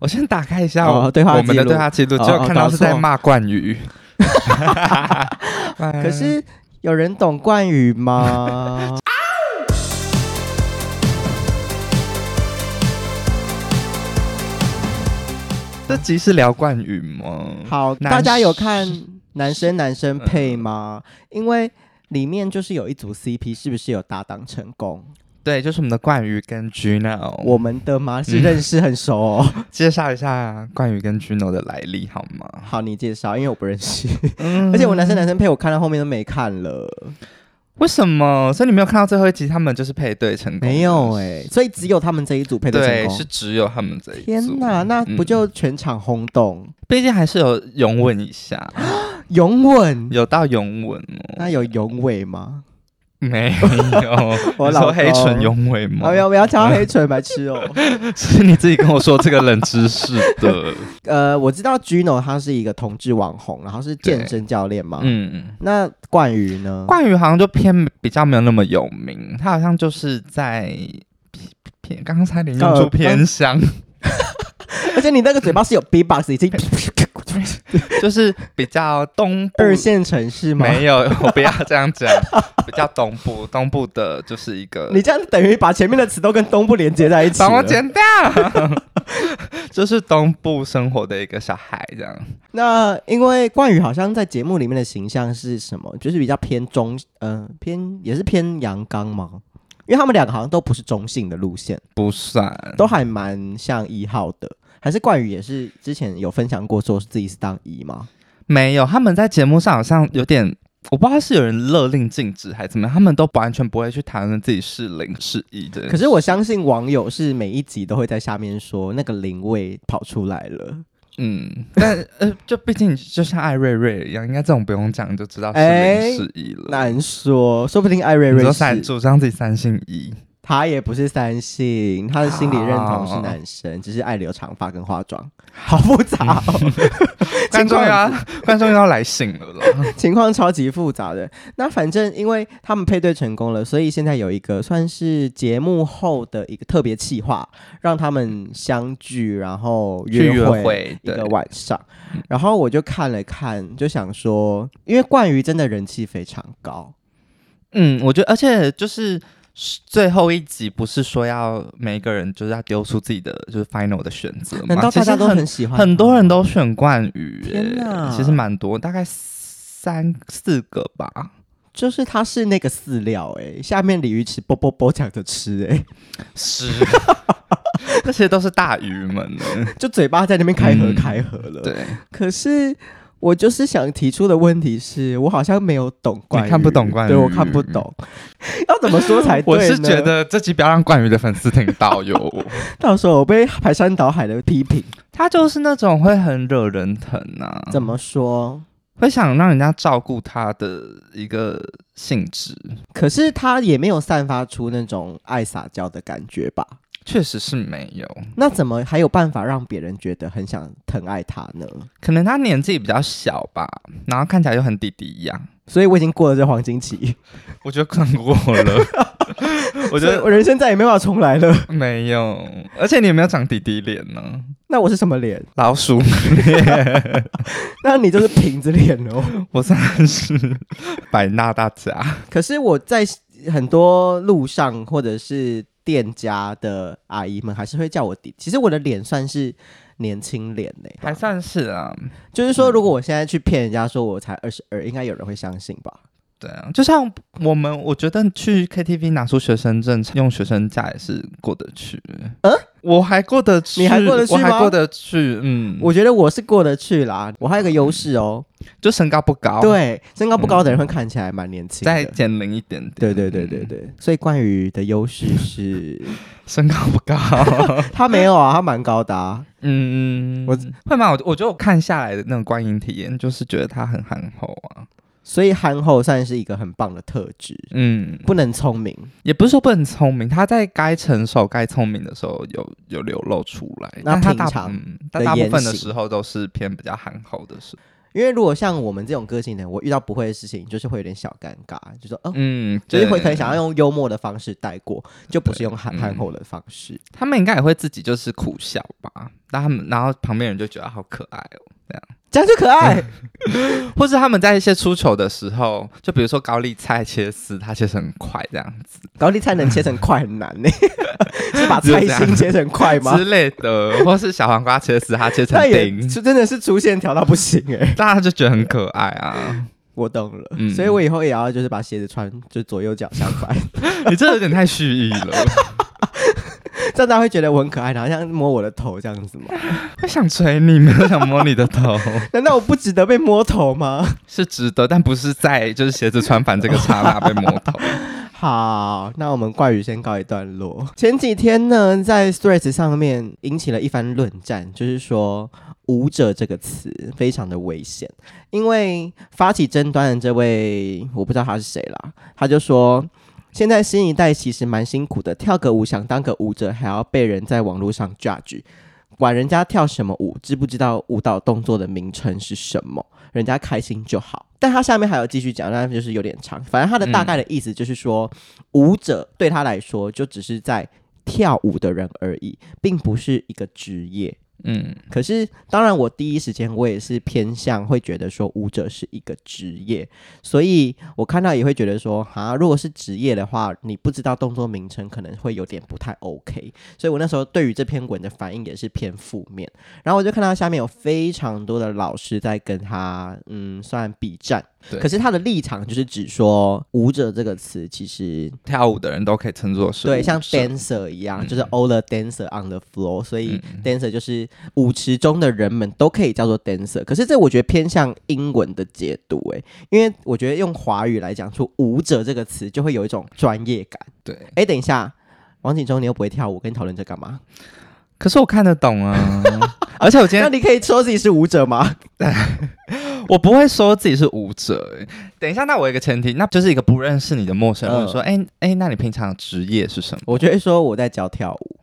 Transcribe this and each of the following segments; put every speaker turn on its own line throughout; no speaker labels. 我先打开一下
哦
我
对话
我们
记
的
录
对话记录，
哦
结果看到是
搞
在
错
骂冠宇。嗯
可是有人懂冠宇 吗？
这集是聊冠宇吗？
好，
男
大家有
生
看男生男生配吗？
嗯
因为里面就是有一组 CP，是不是有搭档成功？
对，就是我们的冠宇跟 Gino。
我们的吗？是认识很熟哦。
介绍一下冠宇跟 Gino 的来历好吗？
好，你介绍，因为我不认识，
嗯
而且我男生男生配我看到后面都没看了，
为什么？所以你没有看到最后一集，他们就是配对成功？
没有哎、所以只有他们这一组配对成
对，
功
是。只有他们这一组。
天哪，那
嗯
不就全场轰动、
毕竟还是有拥吻一下，
拥吻？
有到拥吻哦，
那有永伟吗？
没有？
我
你说
老公
黑唇拥吻吗
哎？呀，我要 叫他黑唇白痴哦。
是你自己跟我说这个冷知识 的。
呃，我知道 Gino 他是一个同志网红，然后是健身教练嘛。
嗯，
那冠宇呢？
冠宇好像就偏比较没有那么有名，他好像就是在偏刚刚差点用出偏 乡，
呃而且你那个嘴巴是有 B-box，已经
就是比较东部。
呃二线城市吗？
没有，我不要这样讲，比较东部，东部的就是一个
你这样等于把前面的词都跟东部连接在一起了。
帮我剪掉， 就是东部生活的一个小孩这样。
那因为冠宇好像在节目里面的形象是什么？就是比较偏中，嗯、偏也是偏阳刚嘛。因为他们两个好像都不是中性的路线，
不算，
都还蛮像一号的。还是冠宇也是之前有分享过，说是自己是当一吗？
没有。他们在节目上好像有点，我不知道是有人勒令禁止还是怎么样，他们都完全不会去谈论自己是零是一的。
可是我相信网友是每一集都会在下面说那个灵位跑出来了，
嗯，但呃，就毕竟就像艾瑞瑞一样，应该这种不用讲就知道是零是一了。
难说，说不定哎艾瑞
你
瑞
说三
是
主张自己三姓 一，
他也不是三性，他的心理认同是
好
男生，只是爱留长发跟化 妆，好复杂哦，
观
情
众
况
要 观众要来信了 啦。
情况超级复杂的。那反正因为他们配对成功了，所以现在有一个算是节目后的一个特别企划，让他们相聚，然后
去
约
约
会。
会，
一
对嗯
个，晚上，然后我就看了看，就想说，因为冠宇真的人气非常高，
嗯，我觉得，而且就是最后一集，不是说要每一个人就是要丢出自己的就是 final 的选择吗？
难道
嗯其
大
实
家都
很
很喜欢他吗？
很多人都选冠宇、欸？
天哪
其实蛮多，大概三四个吧。
就是他是那个饲料哎、下面鲤鱼吃啵啵啵抢着吃哎、
是， 这些都是大鱼们呢。
就嘴巴在那边开合
嗯
开合了。
对，
可是我就是想提出的问题是我好像没有懂冠宇，
你看不懂冠宇
对我看不懂， 要怎么说才对
嗯 我
呢？
是觉得这集不要让冠宇的粉丝听到哟。
到时候我被排山倒海的批评，
他就是那种会很惹人疼啊，
怎么说？
会想让人家照顾他的一个性质。
可是他也没有散发出那种爱撒娇的感觉吧？
确实是没有，
那怎么还有办法让别人觉得很想疼爱他呢？
可能他年纪比较小吧，然后看起来又很弟弟一样。
所以我已经过了这黄金期，
我觉得看过 了，我觉
所以
得
我人生再也没办法重来了。
没有，而且你有没有长弟弟脸呢？
那我是什么脸？
老鼠，
那你就是瓶子脸 哦。
我算是 百纳大家。
可是我在很多路上或者是店家的阿姨们还是会叫我弟。其实我的脸算是年轻脸呢、
还算是啊，
就是说，如果我现在去骗人家说我才二十二，应该有人会相信吧？
对啊，就像我们，我觉得去 KTV 拿出学生证，用学生价也是过得去。
呃
我还过得去，
你还过得去
我
吗
还过得去，嗯，我
我觉得我是过得去啦，我还有个优势哦，
就身高不高，，
对，身高不高
嗯
的人会看起来蛮年轻
再
的。
减龄一点点，
对对对对对，所以冠宇的优势是，
身高不高，
他没有啊，他蛮高的、啊，
嗯，
我
会吗？我我觉得我看下来的那种观影体验，就是觉得他很憨厚啊，
所以憨厚算是一个很棒的特质，
嗯，
不能聪明，
也不是说不很聪明，他在该成熟、该聪明的时候有有流露出来，
那
但他
平
大
常
嗯，但大部分
言
的
行
时候都是偏比较憨厚的事，
因为如果像我们这种个性的人，我遇到不会的事情，就是会有点小尴尬，就说哦，
嗯，
就是会
对
可能想要用幽默的方式带过，就不是用憨
嗯
憨厚的方式。
他们应该也会自己就是苦笑吧，但他们然后旁边人就觉得好可爱哦，
这样就可爱，
或是他们在一些出糗的时候，就比如说高丽菜切丝，它切成很快这样子
高丽菜能切成块很难 呢、是把
就是
菜
这样
心切成块 吗？
之类的，或是小黄瓜切丝，它切 成
那也
丁，
是真的是粗线条到不行哎、
大家就觉得很可爱啊。
我懂了，
嗯
所以我以后也要就是把鞋子穿就左右脚相反，
你这有点太蓄意了，
这样大家会觉得我很可爱，然后像摸我的头这样子吗？
我想捶你，没有想摸你的头，
难道我不值得被摸头吗？
是值得，但不是在就是鞋子穿反这个刹那被摸头。
好，那我们怪语先告一段落。前几天呢，在 Threads 上面引起了一番论战，就是说“舞者”这个词非常的危险，因为发起争端的这位我不知道他是谁啦，他就说。现在新一代其实蛮辛苦的，跳个舞想当个舞者，还要被人在网络上 judge，管人家跳什么舞，知不知道舞蹈动作的名称是什么，人家开心就好。但他下面还有继续讲，但就是有点长，反正他的大概的意思就是说，舞者对他来说就只是在跳舞的人而已，并不是一个职业。
嗯，
可是，当然，我第一时间我也是偏向会觉得说舞者是一个职业，所以我看到也会觉得说，哈，啊如果是职业的话，你不知道动作名称可能会有点不太 OK。所以我那时候对于这篇文的反应也是偏负面。然后我就看到下面有非常多的老师在跟他，嗯，算比战，
对
可是他的立场就是指说舞者这个词其实
跳舞的人都可以称作是
对，像
舞者
dancer 一样，就是 all the dancer on the floor，所以
嗯
dancer 就是舞池中的人们都可以叫做 dancer。可是这我觉得偏向英文的解读、欸，因为我觉得用华语来讲出“舞者”这个词，就会有一种专业感。
对，
哎、等一下，王景忠，你又不会跳舞，跟你讨论这干嘛？
可是我看得懂 啊，而且我今天
那你可以说自己是舞者吗？
我不会说自己是舞者、欸。等一下，那我有一个前提，那就是一个不认识你的陌生人
嗯
问说：“哎、哎、那你平常的职业是什么
我就会说我在教跳舞。？”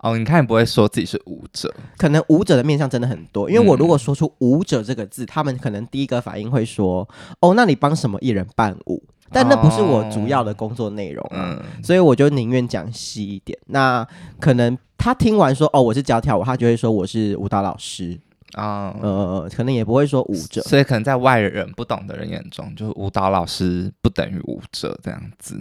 哦，你看你不会说自己是舞者，
可能舞者的面相真的很多，因为
嗯
我如果说出“舞者”这个字，他们可能第一个反应会说：“哦，那你帮什么艺人伴舞？”但那不是我主要的工作内容啊，
嗯，
所以我就宁愿讲细一点。那可能他听完说“哦，我是教跳舞”，他就会说我是舞蹈老师，
哦，
呃，可能也不会说舞者。
所以可能在外人不懂的人眼中，就是舞蹈老师不等于舞者这样子。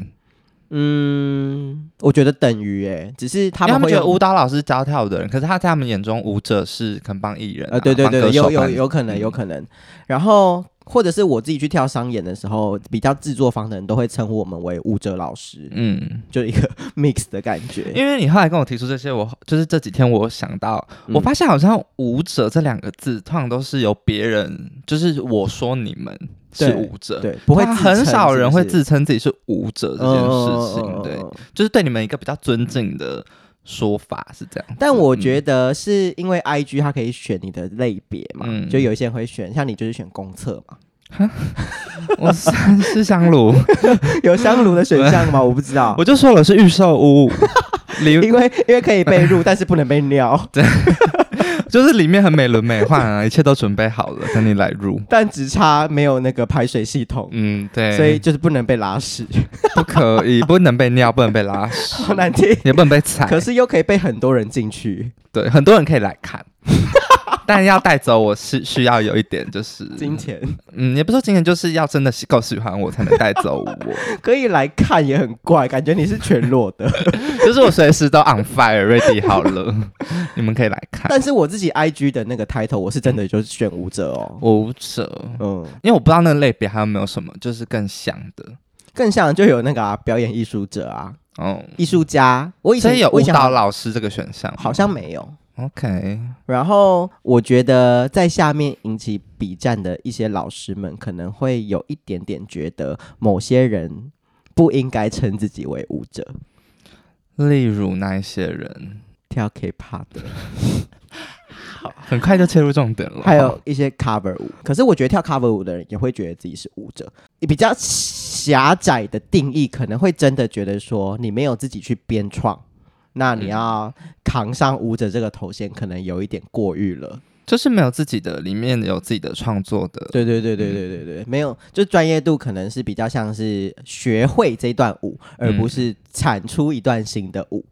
嗯，我觉得等于诶、只是
因
他
为
们
他们
会
觉得
用
舞蹈老师教跳舞的人，可是他在他们眼中，舞者是可能帮艺人、啊，
呃，对对
帮
对，
歌
对有
手
有
帮
有可能
嗯
有可能。然后或者是我自己去跳商演的时候，比较制作方的人都会称呼我们为舞者老师，
嗯，
就是一个 mix 的感觉。
因为你后来跟我提出这些，我就是这几天我想到，我发现
现
好像“舞者”这两个字，通常都是由别人，就是我说你们是
对
舞者，
对，不会
但
自称
啊很少人会
是
自称自己是舞者
不
这
是
件事情，
嗯嗯嗯嗯
对
嗯，嗯
就是对你们一个比较尊敬的说法是嗯这样子。
但我
得
觉得是因为 I G 它可以选你的类别嘛，
嗯
就有一些人会选，像你就是选公 厕嘛，
我三是香 炉，
有香炉的选项吗？我不知道
我，就说了是预售 屋，里
因为因为可以被入，但是不能被 尿，
就是里面很美轮美奂啊，一切都准备好了，等你来入。
但只差没有那个排水系统，
嗯，对，
所以就是不能被拉屎，
不可以，不能被尿，不能被拉屎，
好难听。
也不能被踩。
可是又可以被很多人进去，
对，很多人可以来看， 但要带走我是需要有一点就是
金，钱
嗯，也不是说金钱，就是要真的是够喜欢我才能带走我，
可以来看也很怪，感觉你是全裸的。
就是我随时都 on fire ready 好了， 你们可以来看。
但是我自己 IG 的那个 title 我是真的就是选舞者哦，
舞者，
嗯，
因为我不知道那个类别还有没有什么就是更像的，
更像就有那个、啊、表演艺术者啊，
哦，
艺术家。我以
所
前
以有
我
舞
以前
蹈老师这个选项吗，
好像没有。
OK，
然后我觉得在下面引起比战的一些老师们，可能会有一点点觉得某些人不应该称自己为舞者，
例如那一些人，
跳 K-pop 的。
很快就切入重点了，
还有一些 cover 舞。可是我觉得跳 cover 舞的人也会觉得自己是舞者，比较狭窄的定义可能会真的觉得说你没有自己去编
嗯
创，那你要扛上舞者这个头衔，可能有一点过誉了。
就是没有自己的，里面有自己的创作的，
对对对对对对
嗯
对，没有，就专业度可能是比较像是学会这段舞，而
嗯
不是产出一段新的舞。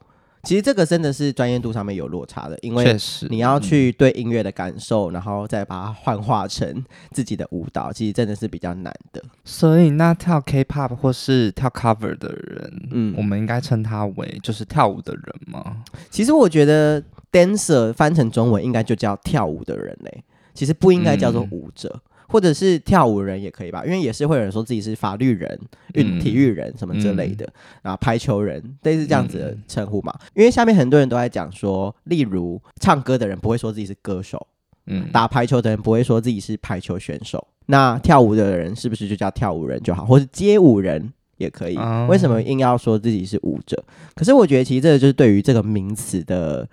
其实这个真的是专业度上面有落差的，因为
确实
你要去对音乐的感受，然后再把它幻化成自己的舞蹈，其实真的是比较难的。
所以，那跳 K-pop 或是跳 cover 的人，
嗯
我们应该称他为就是跳舞的人吗？
其实我觉得 dancer 翻成中文应该就叫跳舞的人嘞，其实不应该叫做舞者。
嗯
或者是跳舞人也可以吧，因为也是会有人说自己是法律人、运
嗯
体育人什么之类的，然后排球人类似这样子的
嗯
称呼嘛。因为下面很多人都在讲说，例如唱歌的人不会说自己是歌手，
嗯，
打排球的人不会说自己是排球选手，那跳舞的人是不是就叫跳舞人就好，或是街舞人也可以？
哦
为什么硬要说自己是舞者？可是我觉得其实这个就是对于这个名词的。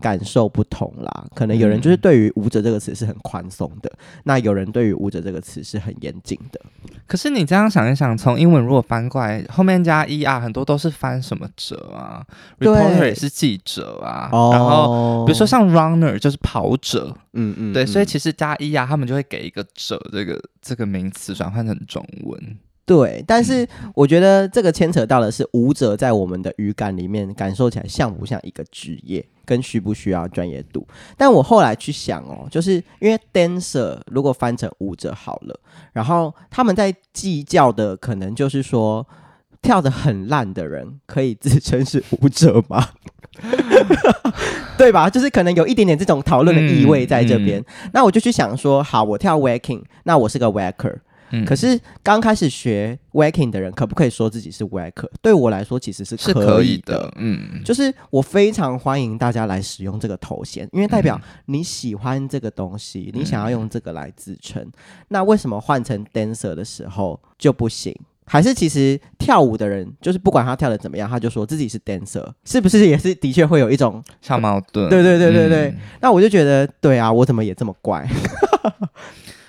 感受不同啦，可能有人
嗯
就是对于“舞者”这个词是很宽松的，那有人对于“舞者”这个词是很严谨的。
可是你这样想一想，从英文如果翻过来，后面加 er，很多都是翻什么者啊
对
，reporter 也是记者啊，
哦，
然后比如说，像 runner 就是跑者，
嗯嗯，
对，所以
嗯
其实加 er 他们就会给一个者这个这个名词转换成中文，
对，但是我觉得这个牵扯到的是舞者在我们的语感里面感受起来像不像一个职业，跟需不需要专业度。但我后来去想哦，就是因为 dancer 如果翻成舞者好了，然后他们在计较的可能就是说。跳的很烂的人可以自称是舞者吗？ 对吧？就是可能有一点点这种讨论的意味在这边。那我就去想说，好，我跳 wacking，那我是个 wacker，
嗯，
可是刚开始学 wacking 的人，可不可以说自己是 wacker？对我来说，其实是
是
可
可
以
以
的。
的，嗯，
就是我非常欢迎大家来使用这个头衔，因为代表
嗯
你喜欢这个东西，你想要用这个来自称。那为什么换成 dancer 的时候就不行？还是其实跳舞的人，就是不管他跳的怎么样，他就说自己是 dancer，是不是也是的确会有一种
小矛盾，
对对对对对
嗯
那我就觉得，对啊，我怎么也这么怪？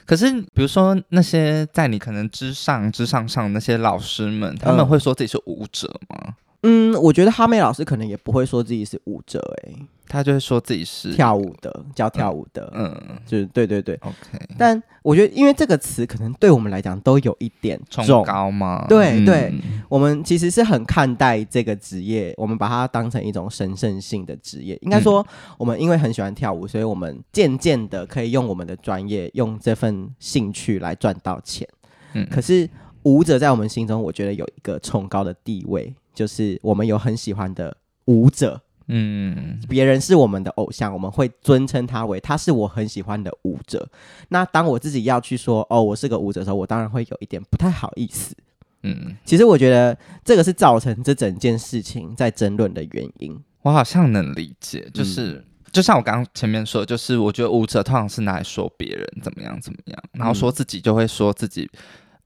可是，比如说那些在你可能之上、之上上那些老师们，他们会说自己是舞者吗？
嗯，我觉得哈妹老师可能也不会说自己是舞者、欸，
他就会说自己是，
跳舞的，教跳舞的，
嗯
就是对对对。
，OK，
但我觉得，因为这个词可能对我们来讲都有一点
崇
重，
高吗？
对
嗯
对，我们其实是很看待这个职业，我们把它当成一种神圣性的职业。
嗯
应该说，我们因为很喜欢跳舞，所以我们渐渐的可以用我们的专业，用这份兴趣来赚到钱。
嗯
可是舞者在我们心中，我觉得有一个崇高的地位，就是我们有很喜欢的舞者。
嗯，
别人是我们的偶像，我们会尊称他为他是我很喜欢的舞者。那当我自己要去说哦，我是个舞者的时候，我当然会有一点不太好意思。
嗯，
其实我觉得这个是造成这整件事情在争论的原因。
我好像能理
嗯
解，就是。就像我刚刚前面说的，就是我觉得舞者通常是拿来说别人怎么样怎么样，然后说自己就会说自己，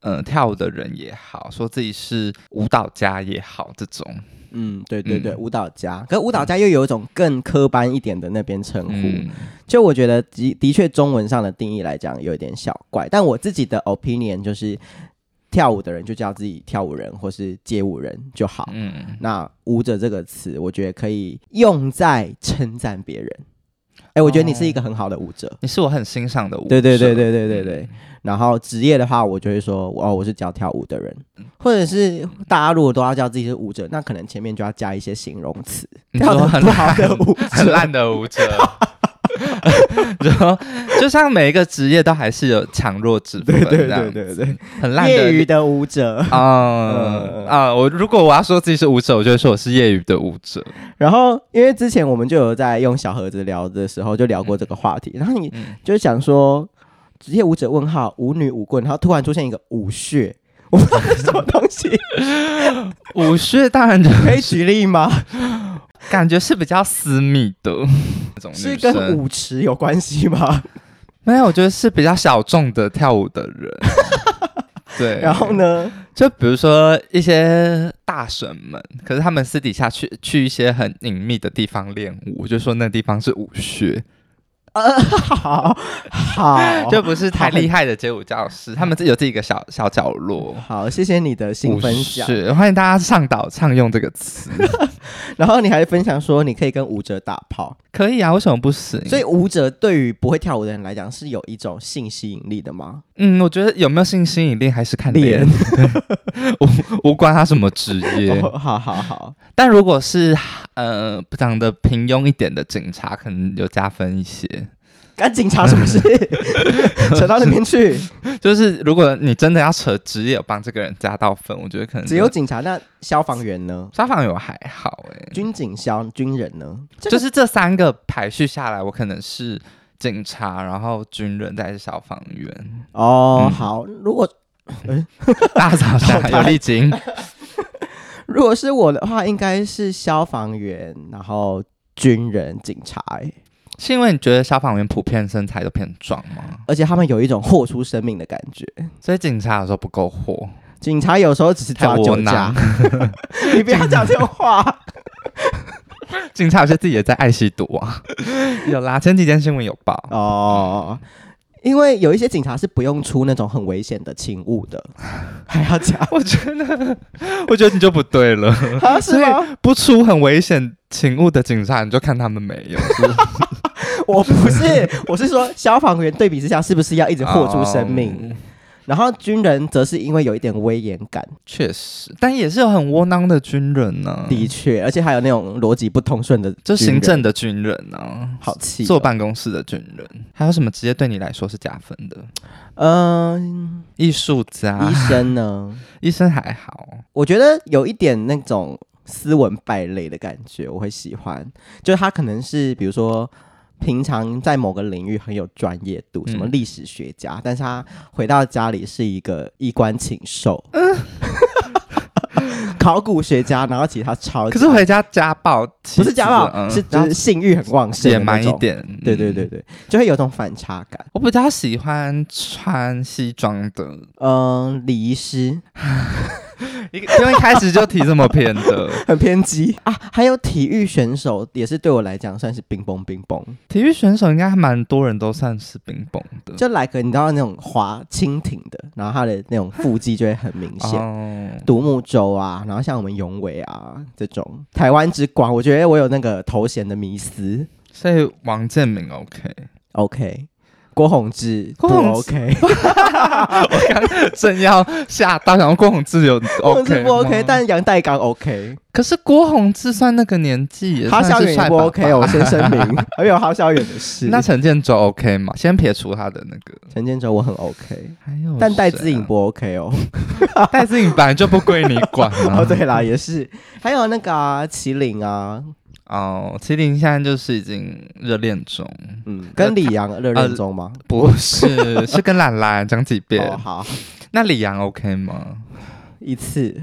呃，跳舞的人也好，说自己是舞蹈家也好，这种
嗯，对对对，
嗯
舞蹈家，可是舞蹈家又有一种更科班一点的那边称呼。
嗯
就我觉得的的确中文上的定义来讲有一点小怪，但我自己的 opinion 就是。跳舞的人就叫自己跳舞人或是街舞人就好，
嗯，
那“舞者”这个词，我觉得可以用在称赞别人。哎，我觉得你是一个很好的舞者。
你是我很欣赏的舞者，
对对对对对对对
嗯。
然后职业的话，我就会说，哦，我是教跳舞的人，或者是大家如果都要叫自己是舞者，那可能前面就要加一些形容词，
你
跳
说
得
很
不好的
烂
舞
很
者
烂的舞者。然后，就像每一个职业都还是有强弱之分，
对对
这样
对对对，
很烂
业余
的。
的舞者。
啊
嗯
啊！我如果我要说自己是舞者，我就会说我是业余的舞者。
然后，因为之前我们就有在用小盒子聊的时候，就聊过这个话题。然后你
嗯，
就是想说，职业舞者问号舞女舞棍，然后突然出现一个舞穴， 我不知道是什么东西，
舞穴当然就
可以举例吗？
感觉是比较私密的那种
是
女
跟
生，
舞池有关系吗？
没有，我觉得是比较小众的跳舞的 人。对，
然后呢？
就比如说一些大神们，可是他们私底下去去一些很隐秘的地方练舞，就说那地方是舞穴，
好好，
就不是太厉害的街舞教室，他们自己有自己一个小小角落。
好，谢谢你的新分享
舞。穴欢迎大家上岛常用这个词。
然后你还分享说你可以跟舞者打炮，
可以啊，为什么不行？
所以舞者对于不会跳舞的人来讲是有一种性吸引力的吗？
嗯，我觉得有没有性吸引力还是看脸， 无无关他什么职业。
哦 好好好，
但如果是呃长得平庸一点的警察，可能有加分一些。
干警察什么事？扯到那边去，
就是如果你真的要扯职业，有帮这个人加到分，我觉得可能
只有警察，那消防员呢？
消防员还好哎、
军警消军人呢？这个
就是这三个排序下来，我可能是警察，然后军人，再是消防 员。
哦，
嗯
好，如果
大嫂
好
大
吧
有丽晶，
如果是我的话，应该是消防员，然后军人、警察、欸
是因为你觉得消防员普遍身材都偏壮 吗？
而且他们有一种豁出生命的感觉。
所以警察有时候不够火，
警察有时候只是
太
抓
窝
酒驾
囊，。
你不要讲这种话。
警察有些自己也在爱吸毒 啊，有啦，前几天新闻有报。
哦，因为有一些警察是不用出那种很危险的勤务的，还 要讲
我觉得，我觉得你就不对了。
啊？是吗？
不出很危险请勿的警察，你就看他们没有。是不是
我不是，我是说消防员对比之下，是不是要一直豁出生命？
哦
然后军人则是因为有一点威严感，
确实，但也是有很窝囊的军人呢、
的确，而且还有那种逻辑不通顺的军人，
就行政的军人呢、啊，
好气、
坐
哦。
办公室的军人，还有什么职业对你来说是加分的？
嗯、
艺术家
医、生呢？
医生还好，
我觉得有一点那种斯文败类的感觉，我会喜欢。就是他可能是比如说平常在某个领域很有专业度，
嗯
什么历史学家，但是他回到家里是一个衣冠禽兽。
嗯
考古学家，然后其实他超级
可是回家家暴，
不是家暴，
嗯
是
然
就
后
是性欲很旺盛，
野蛮一。点。
对对
嗯
对对，就会有种反差感。
我比较喜欢穿西装的，
嗯，礼仪师
一个因为一开始就提这么偏的。
很偏激啊，还有体育选手也是对我来讲算是冰崩冰崩。
体育选手应该还蛮多人都算是冰崩的，
就来个你知道那种划蜻蜓的，然后他的那种腹肌就会很明显。
哦，
独木舟啊，然后像我们永伟啊这种台湾之光，我觉得我有那个头衔的迷思。
所以王建民 OK，
OK，郭宏志
郭
不
宏志
OK，
我刚正要吓到，想说郭宏志有
郭
OK
宏
嗯
志不 OK，
吗
但杨代刚 OK，
可是郭宏志算那个年纪也
哈
算是
校园也
帅
不
爸爸
OK，我先声明， 还有哈校园的事。
那陈建州 OK 吗？先撇除他的那个，
陈建州我很 OK，
还有
但戴
谁啊
资颖，不 OK 哦。
戴资颖本来就不归你管啊
哦，。对啦，也是，还有那个啊麒麟啊，
哦，麒麟现在就是已经热恋中，
嗯，跟李阳热恋中吗？
不是 是跟兰兰讲几
哦，
遍。
好，
那李阳 OK 吗？
一次。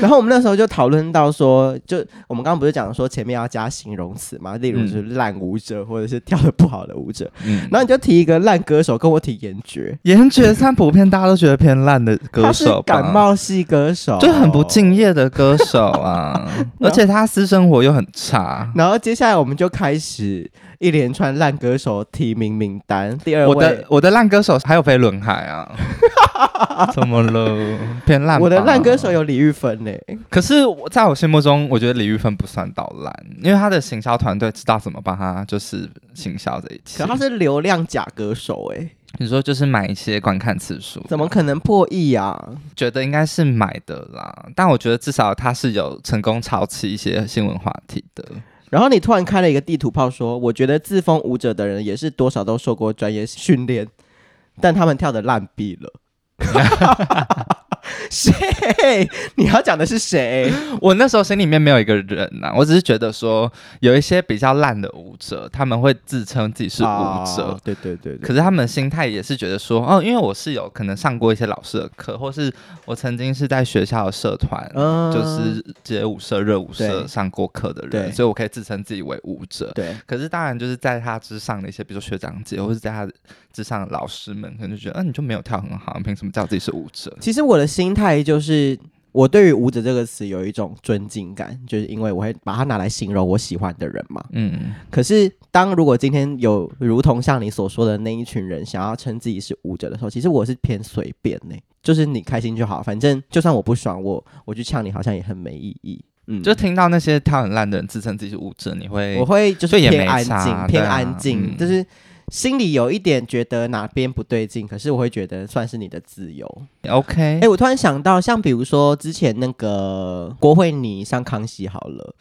然后我们那时候就讨论到说，就我们刚刚不是讲说前面要加形容词嘛，例如就是烂舞者或者是跳的不好的舞者，
嗯，
然后你就提一个烂歌手跟我提严爵，
颜爵算普遍大家都觉得偏烂的歌
他是
手吧，
感冒系歌手，
就很不。敬业的歌手 啊，而且他私生活又很差。
然后接下来我们就开始一连串烂歌手提名名单，第二
我的
位。
我的烂歌手还有飞轮海啊， 怎么了？偏烂吧。啊
我的烂歌手有李玉芬呢、
可是我在我心目中，我觉得李玉芬不算到烂，因为他的行销团队知道怎么帮他就是行销这一切
可。他是流量假歌手哎、
你说就是买一些观看次数，
怎么可能破亿啊？
觉得应该是买的啦？但我觉得至少他是有成功炒起一些新闻话题的。
然后你突然开了一个地图炮说，我觉得自封舞者的人也是多少都受过专业训练，但他们跳的烂毙了。 谁？你要讲的是谁？
我那时候心里面没有一个人呐、我只是觉得说有一些比较烂的舞者，他们会自称自己是舞者，
哦对对对对。
可是他们的心态也是觉得说，哦，因为我是有可能上过一些老师的课，或是我曾经是在学校的社团，
嗯
就是街舞社、热舞社
对
上过课的
对
人，所以我可以自称自己为舞者。
对，
可是当然就是在他之上的一些，比如说学长姐，或是在他之上的老师们，可能就觉得，嗯、你就没有跳很好，你凭什么叫自己是舞者？
其实我的心态就是，我对于舞者这个词有一种尊敬感，就是因为我会把它拿来形容我喜欢的人嘛。
嗯，
可是，当如果今天有如同像你所说的那一群人想要称自己是舞者的时候，其实我是偏随便呢、就是你开心就好，反正就算我不爽，我我去呛你好像也很没意义。嗯，
就听到那些跳很烂的人自称自己是舞者，你会
我会就是
所以也
偏
没
安
差
静，
对
偏
啊
安静，
嗯
就是心里有一点觉得哪边不对劲，可是我会觉得算是你的自由。
OK？
哎、我突然想到，像比如说之前那个郭慧妮上康熙好了，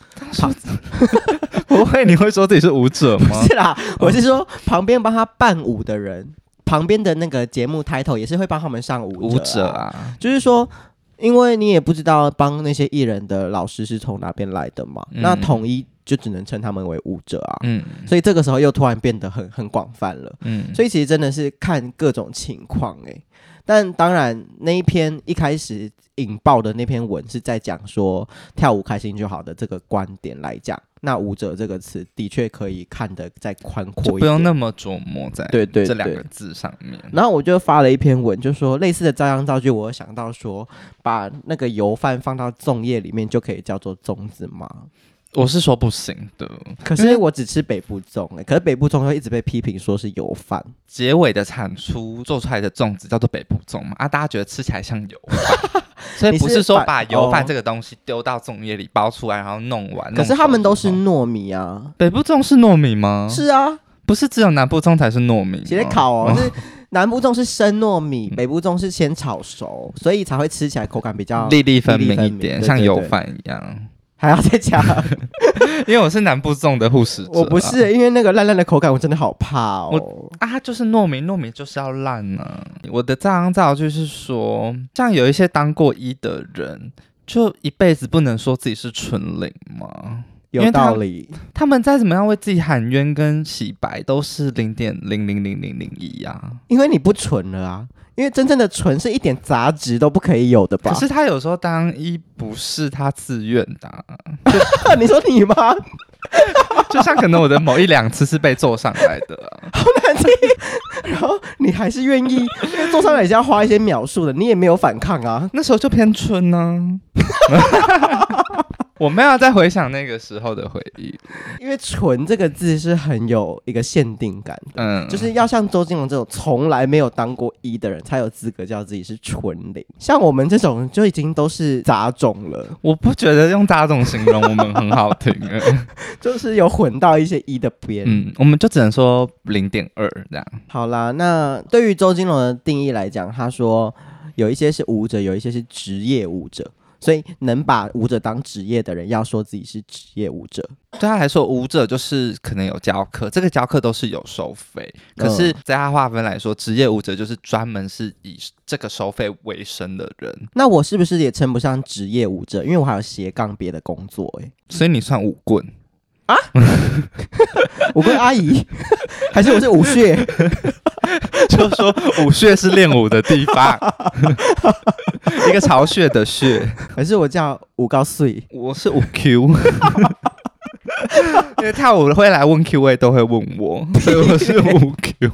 不会，你会说自己是舞者吗？
是啦，我是说旁边帮他伴舞的人，旁边的那个节目 title 也是会帮他们上舞
舞
者
者
啊，
啊，
就是说。因为你也不知道帮那些艺人的老师是从哪边来的嘛，
嗯
那统一就只能称他们为舞者啊，
嗯
所以这个时候又突然变得很很广泛了。
嗯，
所以其实真的是看各种情况哎、但当然那一篇一开始引爆的那篇文是在讲说跳舞开心就好的这个观点来讲，那舞者这个词的确可以看得再宽
就
阔一点，
不用那么琢磨在
对对
这两个
对
字上面。
然后我就发了一篇文，就说类似的照样造句，我有想到说，把那个油饭放到粽叶里面就可以叫做粽子吗？
我是说不行的，
可是我只吃北部粽、欸，可是北部粽又一直被批评说是油饭，
结尾的产出做出来的粽子叫做北部粽嘛，啊，大家觉得吃起来像油 饭所以不是说把
你是把
油
哦
饭这个东西丢到粽叶里包出来，然后弄完。
可是他们都是
弄熟之后
糯米啊，
北部粽是糯米吗？
是啊，
不是只有南部粽才是糯米吗？
直接烤哦，是南部粽是生糯米，
嗯
北部粽是先炒熟，所以才会吃起来口感比较。
嗯粒粒分明
粒
一
粒分明
点，
对
像
对
油
对
饭一样。
还要再加，
因为我是南部粽的护食者啊，
我不是因为那个烂烂的口感，我真的好怕哦。
啊，它就是糯米，糯米就是要烂呢、啊我的照样照就是说，像有一些当过一的人，就一辈子不能说自己是纯零吗？因
有
为它
道理，
他们再怎么样为自己喊冤跟洗白，都是零点零零零零零一啊呀。
因为你不纯了啊，因为真正的纯是一点杂质都不可以有的吧
可？是他有时候当一不是他自愿的啊、
你说你吗？好
就像可能我的某一两次是被做上来的啊、
难听。然后你还是愿意，因为坐上来也是要花一些描述的，你也没有反抗啊。
那时候就偏春啊呢、 我们要再回想那个时候的回忆，
因为“纯”这个字是很有一个限定感的。
嗯，
就是要像周金龙这种从来没有当过一的人，才有资格叫自己是纯零。像我们这种就已经都是杂种了，
我不觉得用大众形容我们很好 听、欸
就是有混到一些一的边。
嗯，我们就只能说零点二这样，
好啦，那对于周金龙的定义来讲，他说有一些是舞者，有一些是职业舞者。所以能把舞者当职业的人，要说自己是职业舞者，
对他来说，舞者就是可能有教课，这个教课都是有收费。可是，在他划分来说，职业舞者就是专门是以这个收费为生的人，
那我是不是也称不上职业舞者？因为我还有斜杠别的工作、欸，
所以你算舞棍。
我跟阿姨， 还是我是舞穴，
就说舞穴是练舞的地 方，一个巢穴的穴。
还是我叫舞高碎？
我是五 Q，因为跳舞会来问 Q A 都会问我，所以我是五 Q。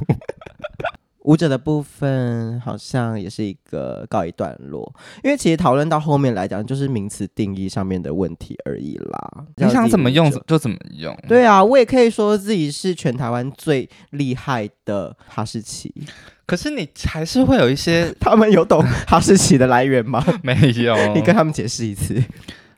舞者的部分好像也是一个告一段落，因为其实讨论到后面来讲，就是名词定义上面的问题而已啦。
你想怎么用
叫自己舞者？
就怎么嗯用。
对啊，我也可以说自己是全台湾最厉害的哈士奇。
可是你还是会有一 些
他们有懂哈士奇的来源吗？
没有。
你跟他们解释一次，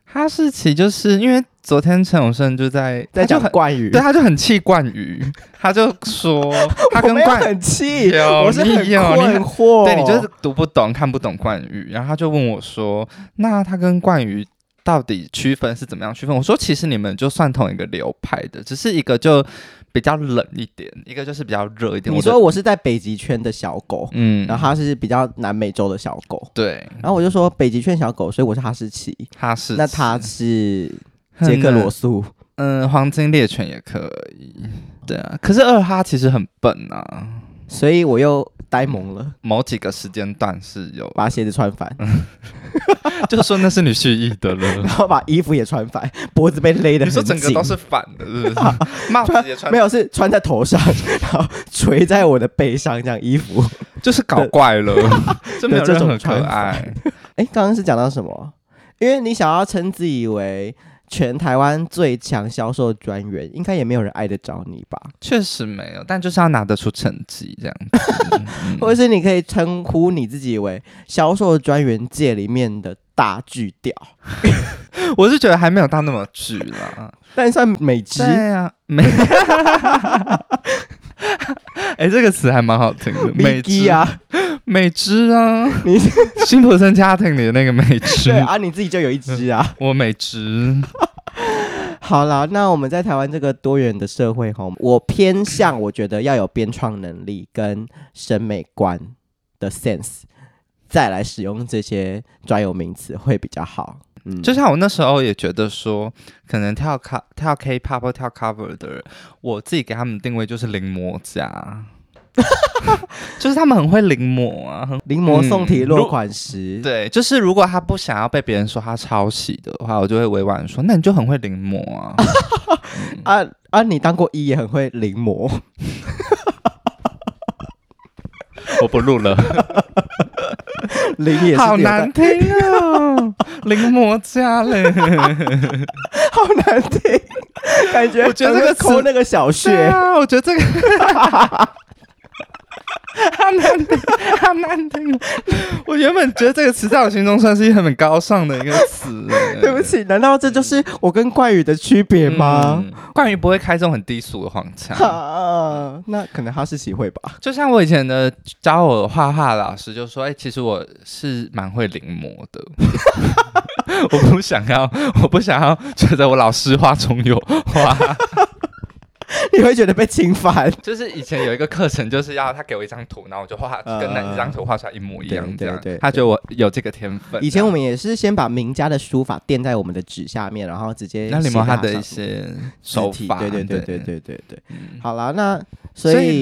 哈士奇就是因为昨天陈永胜就在
在讲
他就很
冠宇。
对，他就很气冠宇，他就说 他
我
跟
没有
冠
很气，
有
我是很
你有你
困
很
惑。
对你就是读不懂、看不懂冠宇，然后他就问我说：“那他跟冠宇到底区分是怎么样区分？”我说：“其实你们就算同一个流派的，只是一个就比较冷一点，一个就是比较热一点。”
你
我就
说我是在北极圈的小狗，
嗯，
然后它是比较南美洲的小狗，
对，
然后我就说北极圈小狗，所以我是哈士奇。
他是
那他是
很
杰克
冷
罗素，
嗯，黄金猎犬也可以，对啊。可是二哈其实很笨啊，
所以我又呆萌了，
某几个时间段是有，
把鞋子穿反，
嗯就说那是你蓄意的了
然。后把衣服也穿反，脖子被勒的
你
很
说
紧，
整个都是反的，是不是？帽子也穿
啊没有是穿在头上，然后垂在我的背上这样衣服。
就是搞怪了，真没有
的这
任
种
何可
穿法
爱。
哎，刚刚是讲到什么？因为你想要称自己为全台湾最强销售专员，应该也没有人爱得着你吧？
确实没有，但就是要拿得出成绩这样子。嗯
或者是你可以称呼你自己为销售专员界里面的大巨屌，
我是觉得还没有到那么巨 啦。
但算美籍
对呀、没。 哎、这个词还蛮好听的，美
基
汁，
啊，
美汁啊，
你
辛普森家庭里的那个美汁
对，啊，你自己就有一只啊。
我美汁，
好啦，那我们在台湾这个多元的社会哈，我偏向我觉得要有编创能力跟审美观的 sense，再来使用这些专有名词会比较好。嗯，
就像我那时候也觉得说，可能跳卡跳 K-pop 或跳 cover 的人，我自己给他们定位就是临摹家， 就是他们很会临摹啊，很
临摹宋体
嗯
落
如
款时，
对，就是如果他不想要被别人说他抄袭的话，我就会委婉说，那你就很会临摹啊。
啊啊，你当过一也很会临摹，
我不录了，
临也是
好
自己的
难听 啊，临摹家嘞，
好难听，感觉
我觉得这个
很会抠
词
那个小
对
穴，
啊，我觉得这 个好难听，好难听。 我原本觉得这个词在我心中算是很高尚的一个 词，
对不起，难道这就是我跟怪宇的区别吗？
嗯？关于不会开这种很低俗的黄腔。
啊，那可能哈士奇会吧。
就像我以前的教我画画的老师就说：“哎、其实我是蛮会临摹的， 我不想要， 我不想要觉得我老师画中有画。
你会觉得被侵犯，
就是以前有一个课程，就是要他给我一张图，然后我就画，
嗯
跟那张图画出来一模一样
对，
这样。
对对
他觉得我有这个天分。
以前我们也是先把名家的书法垫在我们的纸下面，然后直接
那临摹他
他
的一些手法，
对对对对对对对。
嗯
好啦，那所以
所 以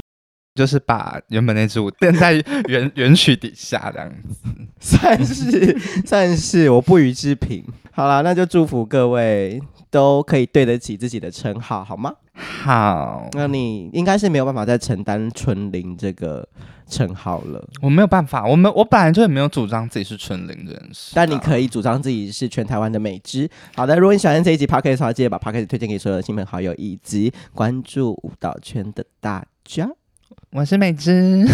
就是把原本那支舞垫在原原曲底下这样子。
算是算是我不予置评。好啦，那就祝福各位都可以对得起自己的称号，好吗？
好，
那你应该是没有办法再承担春玲这个称号了，
我没有办法，我们我本来就也没有主张自己是纯零人士，
但你可以主张自己是全台湾的美之。好的，如果你喜欢这一集 podcast 的话，记得把 podcast 推荐给所有的亲朋好友，以及关注舞蹈圈的大家。
我是美芝。